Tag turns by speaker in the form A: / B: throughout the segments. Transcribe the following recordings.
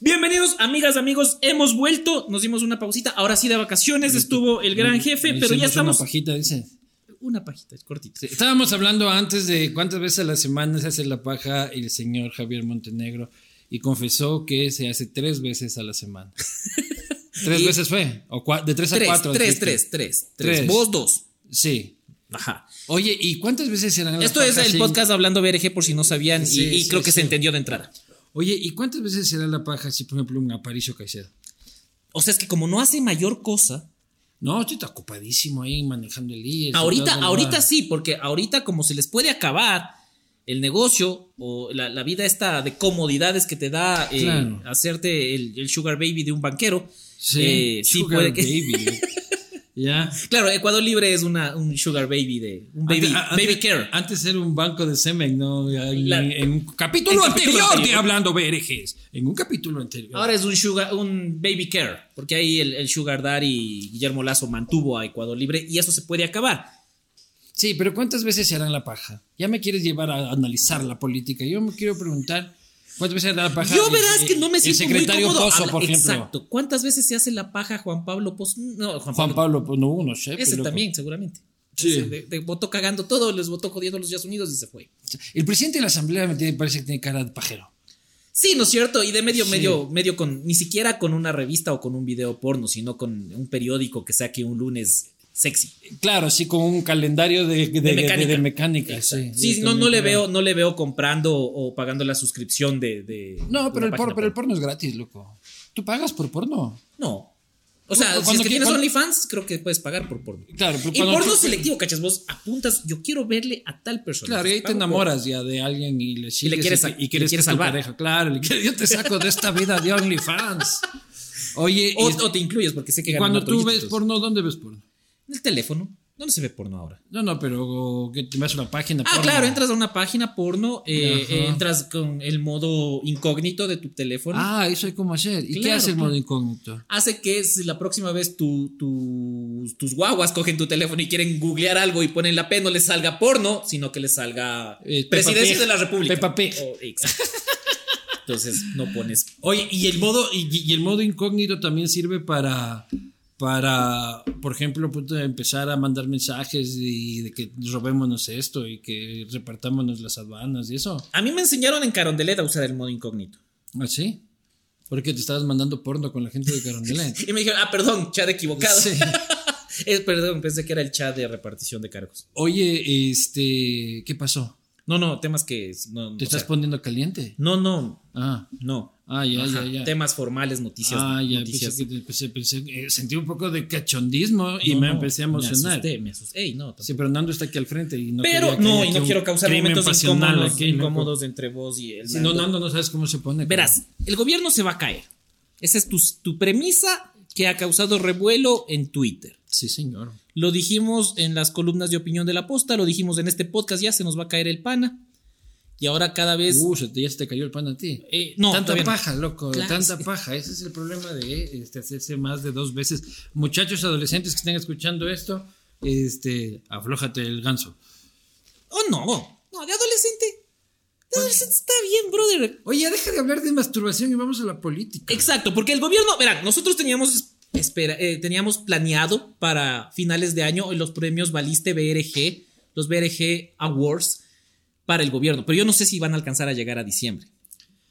A: Bienvenidos, amigas, amigos. Hemos vuelto. Nos dimos una pausita. Ahora sí de vacaciones. Estuvo el gran jefe,
B: Nos
A: pero ya
B: hicimos
A: estamos.
B: Una pajita, dice.
A: Una pajita, es cortita.
B: Sí, Estábamos hablando antes de cuántas veces a la semana se hace la paja el señor Javier Montenegro y confesó que se hace tres veces a la semana. ¿Tres
A: Y-
B: veces fue? ¿O cua- de tres, a
A: Tres,
B: cuatro?
A: tres,
B: dijiste.
A: tres, tres, tres.
B: Tres.
A: Vos dos.
B: Sí.
A: Ajá.
B: Oye, ¿y cuántas veces serán las
A: Esto es
B: pajas
A: el
B: sin-
A: podcast hablando BRG por si no sabían y-
B: Sí,
A: y,
B: sí,
A: creo que
B: sí.
A: se entendió de entrada.
B: Oye, ¿y cuántas veces será la paja si, por ejemplo, un Aparicio Caicedo?
A: O sea, es que como no hace mayor cosa,
B: No, estoy está ocupadísimo ahí manejando el IES.
A: ahorita,
B: bla, bla, bla.
A: ahorita sí, porque ahorita como se les puede acabar el negocio o la, la vida esta de comodidades que te da eh,
B: Claro.
A: hacerte el, el sugar baby de un banquero,
B: Sí,
A: eh, sí
B: Sugar
A: puede que-
B: Baby. ya.
A: Claro, Ecuador Libre es una, un sugar baby de un baby,
B: Antes- a-
A: baby
B: antes-
A: care.
B: Antes era un banco de semen, ¿no? En,
A: La-
B: en un capítulo
A: en capítulo
B: anterior de
A: anterior.
B: Hablando BRGs. En un capítulo anterior.
A: Ahora es un sugar, un baby care, porque ahí el, el sugar daddy Guillermo Lazo mantuvo a Ecuador Libre y eso se puede acabar.
B: sí, pero ¿cuántas veces se harán la paja? Ya me quieres llevar a analizar la política. Yo me quiero preguntar cuántas veces se hará la paja.
A: Yo
B: el-
A: verás que no me
B: el
A: siento muy
B: secretario
A: cómodo.
B: Pozo,
A: Habla-
B: por ejemplo.
A: Exacto. ¿Cuántas veces se hace la paja Juan Pablo Pozo? No, Juan, Pablo.
B: Juan Pablo, pues, no uno, sé, pues,
A: Ese
B: loco.
A: también, seguramente.
B: Sí.
A: Ese de- de- votó cagando todo, les votó jodiendo a los Estados Unidos y se fue.
B: El presidente de la asamblea me tiene- parece que tiene cara de pajero.
A: Sí, ¿no es cierto? Y de medio,
B: Sí.
A: medio, medio con, ni siquiera con una revista o con un video porno, sino con un periódico que saque un lunes sexy.
B: Claro, sí, con un calendario de, de- de- de- de mecánica.
A: mecánica.
B: sí,
A: Sí, no,
B: Yo
A: no
B: también
A: le
B: creo.
A: veo, no le veo comprando o pagando la suscripción de. de- de
B: No, pero
A: una
B: el, por-
A: página
B: pero el porno es gratis, loco. Tú pagas por porno.
A: No. O sea, si es
B: Cuando
A: que
B: qui-
A: tienes
B: cuando-
A: OnlyFans, creo que puedes pagar por porno.
B: Claro, pero
A: Y
B: cuando
A: porno
B: tú-
A: selectivo, cachas, vos apuntas, yo quiero verle a tal persona.
B: Claro, y ahí te
A: Pago por-
B: enamoras ya de alguien y le sigues
A: quieres sa-
B: y,
A: y le
B: quieres, que
A: quieres
B: tu
A: salvar.
B: pareja. Claro, le quieres- yo te saco de esta vida de OnlyFans. Oye,
A: O,
B: y-
A: o te incluyes, porque sé que
B: y
A: ganan
B: cuando
A: harto
B: tú
A: billete,
B: ves
A: entonces.
B: porno, ¿dónde ves porno?
A: En el teléfono. ¿Dónde se ve porno ahora?
B: No, no, pero que te vas a una página.
A: Ah,
B: porno.
A: claro, entras a una página porno, eh,
B: Ajá.
A: eh, entras con el modo incógnito de tu teléfono.
B: Ah, eso hay como hacer. ¿Y qué
A: Claro,
B: hace el
A: claro.
B: modo incógnito?
A: Hace que si la próxima vez tu- tus- tus guaguas cogen tu teléfono y quieren googlear algo y ponen la P, no les salga porno, sino que les salga
B: Eh, Peppa
A: Presidencia
B: Pig.
A: de la República.
B: Peppa Pig.
A: O- exacto. Entonces no pones.
B: Oye, y el modo, y, y el modo incógnito también sirve para, para, por ejemplo, puta, empezar a mandar mensajes y de que robémonos esto y que repartámonos las aduanas y eso.
A: A mí me enseñaron en Carondelet a usar el modo incógnito.
B: ¿Ah, sí? Porque te estabas mandando porno con la gente de Carondelet.
A: Y me dijeron, ah, perdón, chat equivocado.
B: Sí.
A: Eh, perdón, pensé que era el chat de repartición de cargos.
B: Oye, este, ¿qué pasó?
A: No, no, temas que. es- No, no,
B: ¿Te
A: o sea,
B: estás poniendo caliente?
A: no, no,
B: Ah,
A: no.
B: ah, ya,
A: Ajá,
B: ya, ya.
A: Temas formales, noticias.
B: Ah, ya,
A: noticias.
B: pensé que- pensé- pensé- eh, sentí un poco de cachondismo y
A: No,
B: me
A: no,
B: empecé a emocionar.
A: Me asusté, me asusté. Ey, no, tampoco.
B: Sí, Fernando está aquí al frente y no
A: Pero
B: quería que
A: no,
B: haya
A: y no
B: un
A: quiero causar
B: crimen
A: momentos
B: pasional
A: incómodos,
B: aquí, loco.
A: incómodos entre vos y el.
B: Sí, no,
A: Nando.
B: Nando no sabes cómo se pone.
A: Verás, el gobierno se va a caer. Esa es tu, tu premisa que ha causado revuelo en Twitter.
B: cabrón. Sí, señor.
A: Lo dijimos en las columnas de opinión de la posta, lo dijimos en este podcast, ya se nos va a caer el pana. Y ahora cada vez.
B: Uh, se te- ya se te cayó el pan a ti.
A: Eh, no,
B: tanta
A: todavía no.
B: paja, loco,
A: Claro,
B: tanta
A: sí.
B: paja. Ese es el problema de este, hacerse más de dos veces. Muchachos adolescentes que estén escuchando esto, este, aflójate el ganso.
A: Oh, no. No, de adolescente. De adolescente está bien, brother.
B: Oye, ya deja de hablar de masturbación y vamos a la política.
A: Exacto, porque el gobierno, verán, nosotros teníamos, espera, eh, teníamos planeado para finales de año los premios Baliste BRG, los BRG Awards para el gobierno, pero yo no sé si van a alcanzar a llegar a diciembre.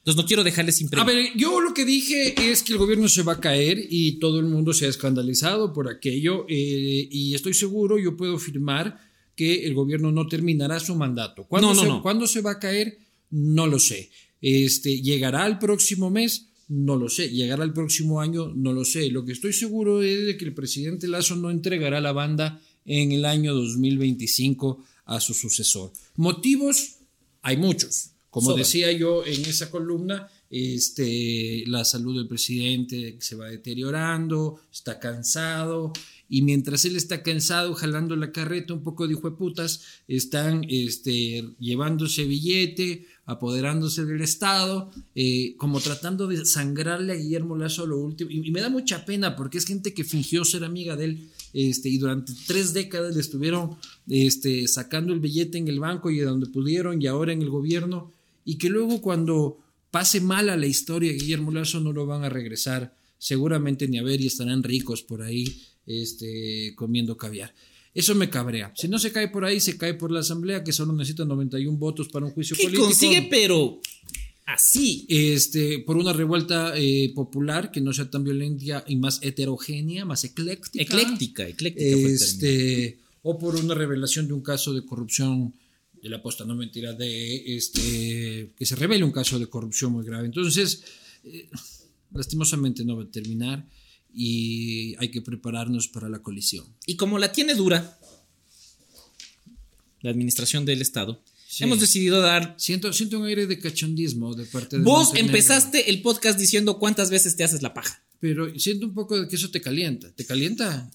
A: Entonces no quiero dejarles sin
B: A
A: premio.
B: ver, yo lo que dije es que el gobierno se va a caer y todo el mundo se ha escandalizado por aquello eh, y estoy seguro, yo puedo afirmar que el gobierno no terminará su mandato. ¿Cuándo,
A: No, no,
B: se,
A: no.
B: ¿cuándo se va a caer? No lo sé. Este, ¿Llegará al próximo mes? No lo sé. ¿Llegará al próximo año? No lo sé. Lo que estoy seguro es de que el presidente Lazo no entregará la banda en el año 2025 a su sucesor. Motivos hay muchos. Como
A: Sobran.
B: decía yo en esa columna, este, la salud del presidente se va deteriorando, está cansado, y mientras él está cansado, jalando la carreta un poco de putas, están este, llevándose billete, apoderándose del Estado, eh, como tratando de sangrarle a Guillermo Lazo lo último. Y, y me da mucha pena porque es gente que fingió ser amiga de él este, y durante tres décadas le estuvieron este, sacando el billete en el banco y de donde pudieron y ahora en el gobierno, y que luego cuando pase mal a la historia, Guillermo Lazo no lo van a regresar seguramente ni a ver y estarán ricos por ahí este, comiendo caviar. Eso me cabrea. Si no se cae por ahí, se cae por la Asamblea, que solo necesita 91 votos para un juicio
A: Que
B: político.
A: consigue, pero así.
B: Este, por una revuelta eh, popular que no sea tan violenta y más heterogénea, más ecléctica.
A: Ecléctica, ecléctica. fue el término.
B: Este, o por una revelación de un caso de corrupción de la posta, no mentira, de este, que se revele un caso de corrupción muy grave. Entonces, eh, lastimosamente no va a terminar y hay que prepararnos para la colisión.
A: Y como la tiene dura la administración del Estado,
B: Sí.
A: hemos decidido dar...
B: Siento, siento un aire de cachondismo de parte de...
A: Vos
B: Montenegro,
A: empezaste el podcast diciendo cuántas veces te haces la paja.
B: Pero siento un poco de que eso te calienta. ¿Te calienta?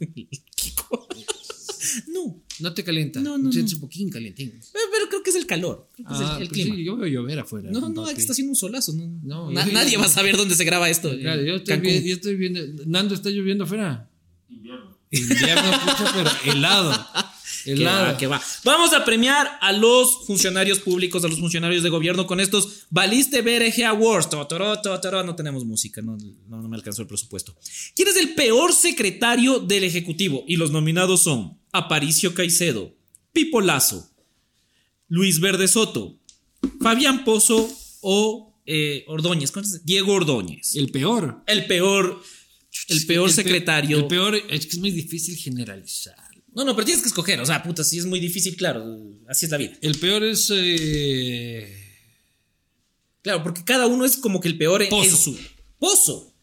A: No,
B: No te calienta.
A: No, no,
B: Sientes un poquín calientín.
A: pero pero creo que es el calor, creo que es el-
B: Ah,
A: el,
B: pues
A: clima.
B: sí, yo veo llover afuera.
A: No, no,
B: papi.
A: aquí está haciendo un solazo. No,
B: No,
A: Na-
B: yo-
A: nadie va a saber dónde se graba esto.
B: Claro, yo estoy,
A: Cancún.
B: vi- yo estoy viendo. Nando está lloviendo afuera. Invierno. Invierno, pucha, pero helado.
A: Que
B: Helado.
A: va, que va. Vamos a premiar a los funcionarios públicos, a los funcionarios de gobierno con estos Baliste BRG Awards. Totoró, totoró. No tenemos música, no, no, no me alcanzó el presupuesto. ¿Quién es el peor secretario del Ejecutivo? Y los nominados son Aparicio Caicedo, Pipo Lazo, Luis Verde Soto, Fabián Pozo o eh, Ordóñez. ¿Cuántos es? Diego Ordóñez.
B: El peor.
A: El peor, el peor
B: pe-
A: secretario.
B: El peor es que es muy difícil generalizar.
A: No, no, pero tienes que escoger. O sea, puta, si es muy difícil, claro. Así es la vida.
B: El peor es. eh,
A: Claro, porque cada uno es como que el peor en-
B: Pozo.
A: en su pozo.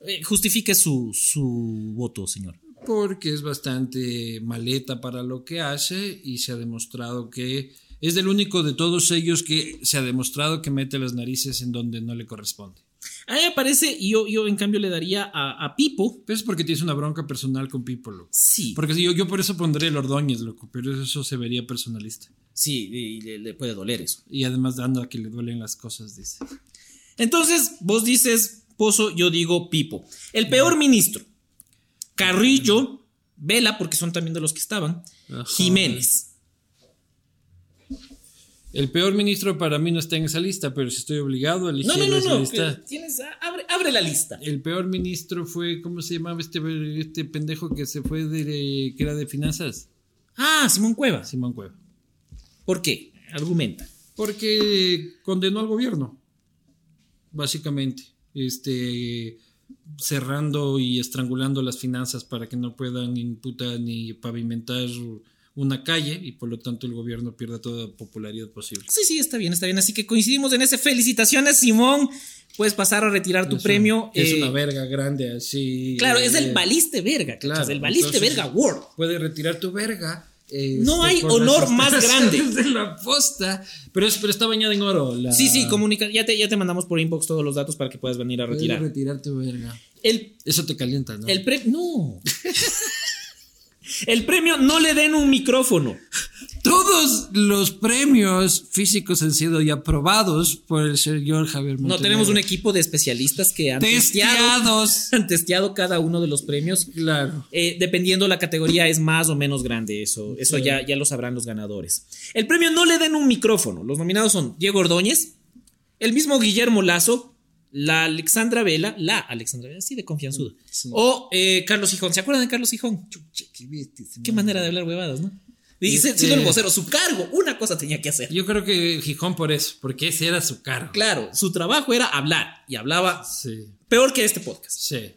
A: Eh, Justifique su, su voto, señor.
B: porque es bastante maleta para lo que hace y se ha demostrado que. Es del único de todos ellos que se ha demostrado que mete las narices en donde no le corresponde.
A: A mí me parece, y yo, yo en cambio le daría a, a Pipo.
B: Pero Pues es porque tienes una bronca personal con Pipo, loco.
A: Sí,
B: Porque yo, yo por eso pondré el Ordóñez, loco, pero eso se vería personalista.
A: sí, y le, le puede doler eso.
B: Y además dando a que le duelen las cosas, dice.
A: Entonces, vos dices Pozo, yo digo Pipo. El peor ministro, Carrillo, Vela, porque son también de los que estaban,
B: Ajá.
A: Jiménez.
B: El peor ministro para mí no está en esa lista, pero si estoy obligado a elegir
A: No, no, no,
B: esa
A: no.
B: lista.
A: que Tienes, a- abre, abre la lista.
B: El peor ministro fue, ¿cómo se llamaba este, este pendejo que se fue de, que era de finanzas?
A: Ah, Simón Cuevas.
B: Simón Cueva.
A: ¿Por qué? Argumenta.
B: Porque condenó al gobierno, básicamente. Este cerrando y estrangulando las finanzas para que no puedan ni puta, ni pavimentar una calle y por lo tanto el gobierno pierda toda popularidad posible.
A: Sí, sí, está bien, está bien. Así que coincidimos en ese. Felicitaciones, Simón. Puedes pasar a retirar tu
B: Es un-
A: premio.
B: es
A: eh,
B: una verga grande así.
A: claro, es
B: eh,
A: el baliste verga,
B: claro,
A: claro, el baliste
B: entonces-
A: verga World.
B: Puede retirar tu verga. eh,
A: No
B: este,
A: hay
B: por las
A: honor más
B: instalaciones
A: grande.
B: de la posta, pero, es- pero está bañada en oro. la-
A: Sí, sí, comunica. Ya te, ya te mandamos por inbox todos los datos para que puedas venir a
B: Puedes
A: retirar.
B: retirar tu verga.
A: El,
B: Eso te calienta, ¿no?
A: el premio. No. el premio no le den un micrófono.
B: Todos los premios físicos han sido ya aprobados por el señor Javier Montenegro.
A: No tenemos un equipo de especialistas que han testeado,
B: Testeados.
A: han testeado cada uno de los premios.
B: Claro.
A: Eh, dependiendo la categoría es más o menos grande eso. Eso ya, ya lo sabrán los ganadores. El premio no le den un micrófono. Los nominados son Diego Ordóñez, el mismo Guillermo Lazo, la Alexandra Vela, la Alexandra Vela, sí, de confianzuda.
B: Sí.
A: O eh, Carlos Gijón. ¿Se acuerdan de Carlos Gijón? Qué manera de hablar huevadas, ¿no? Dice,
B: Este-
A: siendo el vocero, su cargo, una cosa tenía que hacer.
B: Yo creo que Gijón por eso, porque ese era su cargo.
A: Claro, su trabajo era hablar y hablaba
B: Sí,
A: peor que este podcast.
B: sí.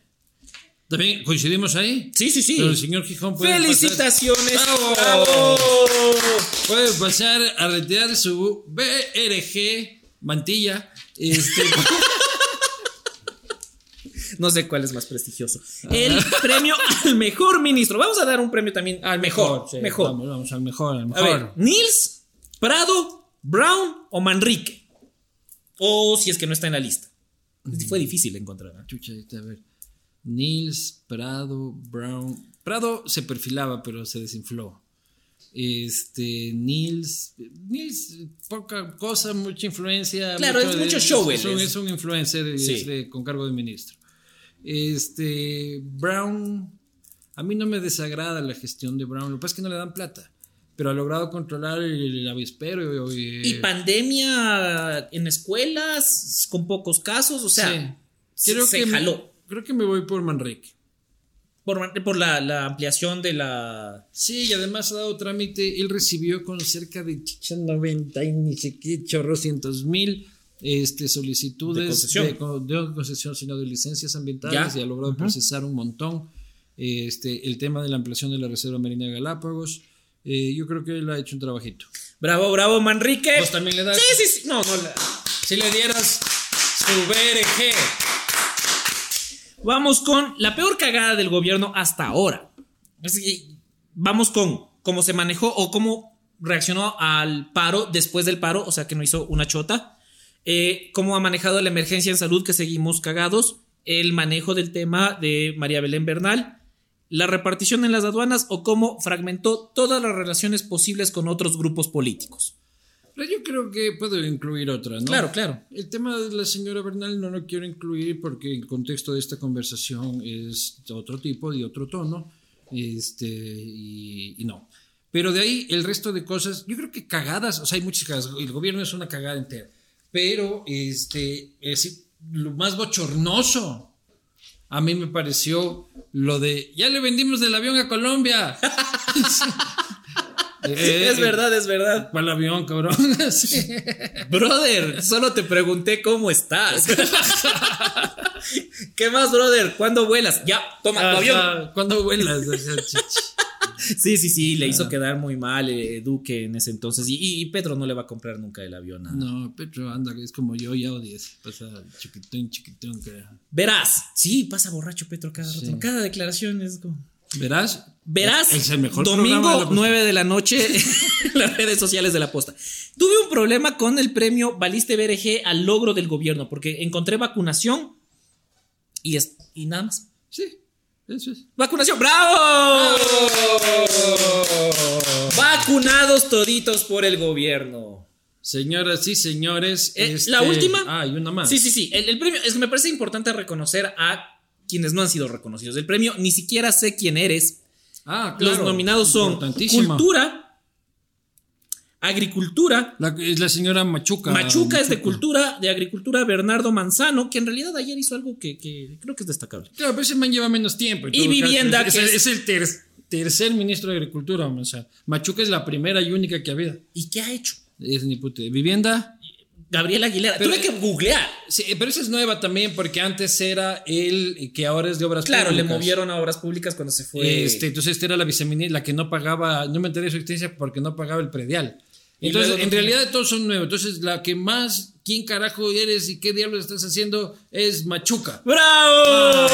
B: También coincidimos ahí.
A: Sí, sí, sí.
B: Pero el señor Gijón puede
A: Felicitaciones.
B: ¡Bravo!
A: ¡Bravo!
B: pasar, puede pasar a retirar su BRG mantilla. Este,
A: No sé cuál es más prestigioso. El premio al mejor ministro. Vamos a dar un premio también al mejor.
B: sí,
A: mejor.
B: Vamos, vamos al mejor, al
A: A ver,
B: mejor.
A: Nils, Prado, Brown o Manrique. O si es que no está en la lista. Fue difícil encontrar. ¿eh?
B: Chucha, ahorita, a ver. Nils, Prado, Brown. Prado se perfilaba, pero se desinfló. Este, Nils, Nils, poca cosa, mucha influencia.
A: Claro, es mucho show,
B: Es,
A: él
B: un-
A: es.
B: es un influencer y
A: Sí.
B: es de- con cargo de ministro. Este, Brown, a mí no me desagrada la gestión de Brown, lo que pasa es que no le dan plata. pero ha logrado controlar el, el avispero. Y,
A: Y pandemia en escuelas, con pocos casos, o sea, se-
B: creo
A: se
B: que me-
A: jaló.
B: creo que me voy por Manrique.
A: Por, por la, la ampliación de la.
B: Sí, y además ha dado trámite. Él recibió con cerca de chicha 90 y ni siquiera chorro cientos mil este, solicitudes
A: De concesión.
B: de con- de concesión, sino de licencias ambientales
A: Ya.
B: y ha logrado procesar un montón. Este, el tema de la ampliación de la Reserva Marina de Galápagos. Eh, yo creo que él ha hecho un trabajito.
A: Bravo, bravo, Manrique.
B: Vos también le das.
A: Eh, Sí, sí, sí. No, no. la-
B: Si le dieras su BRG.
A: Vamos con la peor cagada del gobierno hasta ahora. Así que Vamos con cómo se manejó o cómo reaccionó al paro después del paro, o sea que no hizo una chota. Eh, cómo ha manejado la emergencia en salud, que seguimos cagados. El manejo del tema de María Belén Bernal. La repartición en las aduanas o cómo fragmentó todas las relaciones posibles con otros grupos políticos.
B: Pero yo creo que puedo incluir otra, ¿no?
A: Claro, claro.
B: El tema de la señora Bernal no lo quiero incluir porque el contexto de esta conversación es de otro tipo, de otro tono, este, y, y no. Pero de ahí el resto de cosas, yo creo que cagadas, o sea, hay muchas cagadas, el gobierno es una cagada entera, pero este, es decir, lo más bochornoso a mí me pareció lo de, ya le vendimos el avión a Colombia. Eh,
A: es verdad, es verdad.
B: ¿Cuál avión, cabrón? Sí.
A: Brother, solo te pregunté cómo estás. ¿Qué más, brother? ¿Cuándo vuelas? Ya, toma tu avión.
B: Ajá, ¿Cuándo vuelas? O sea, chichi.
A: Sí, sí, sí, le hizo quedar muy mal eh, Duque en ese entonces. Y, y- y Petro no le va a comprar nunca el avión. a-
B: No, Petro, anda, que es como yo, ya odies. Pasa chiquitón, chiquitón, cara.
A: Verás. Sí, pasa borracho Petro cada rato.
B: Sí.
A: En cada declaración es como.
B: ¿Verás?
A: Verás,
B: Es el mejor programa de la
A: domingo
B: posta.
A: 9 de la noche en las redes sociales de la posta. Tuve un problema con el premio Baliste BRG al logro del gobierno porque encontré vacunación y, es, y nada más.
B: Sí, eso es.
A: ¡Vacunación! ¡Bravo! Vacunados toditos por el gobierno.
B: Señoras y señores.
A: Eh,
B: este-
A: la última.
B: Ah, y una más.
A: Sí, sí, sí. El, el premio, es que me parece importante reconocer a quienes no han sido reconocidos. El premio, ni siquiera sé quién eres.
B: Ah,
A: Los
B: claro,
A: nominados son
B: importantísimo.
A: Cultura, Agricultura,
B: La, es la señora Machuca.
A: Machuca es de cultura, de agricultura, Bernardo Manzano, que en realidad ayer hizo algo que, que creo que es destacable.
B: Claro, pero ese man lleva menos tiempo. en
A: Y
B: todo caso.
A: vivienda,
B: Es,
A: que
B: es-
A: es-
B: es el ter- tercer ministro de Agricultura. O sea, Machuca es la primera y única que ha habido.
A: ¿Y qué ha hecho?
B: Es ni puta. Vivienda.
A: Gabriel Aguilera.
B: Pero-
A: Tuve que googlear.
B: Sí, pero esa es nueva también porque antes era él eh, que ahora es de obras
A: Claro, le
B: públicas.
A: movieron eh, a obras públicas cuando se fue.
B: Este, entonces esta era la viceministra, la que no pagaba, no me enteré de su existencia porque no pagaba el predial.
A: Y
B: Entonces,
A: luego
B: en
A: no tiene-
B: realidad todos son nuevos. Entonces, la que más, ¿quién carajo eres y qué diablos estás haciendo? Es Machuca.
A: ¡Bravo! Ah,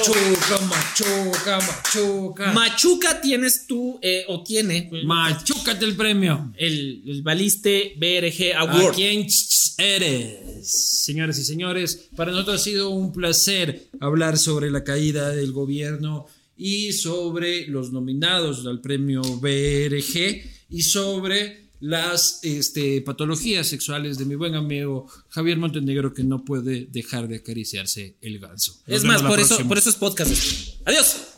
B: Machuca, Machuca, Machuca.
A: Machuca tienes tú, eh, o tiene,
B: Machucate el premio.
A: el, el baliste BRG
B: ¿A
A: Award.
B: quién ch- ch- eres? Señoras y señores, para nosotros ha sido un placer hablar sobre la caída del gobierno y sobre los nominados al premio BRG y sobre las este, patologías sexuales de mi buen amigo Javier Montenegro que no puede dejar de acariciarse el ganso. Nos
A: Es
B: vemos
A: más,
B: la
A: por eso,
B: próxima.
A: por eso es podcast. esto. Adiós.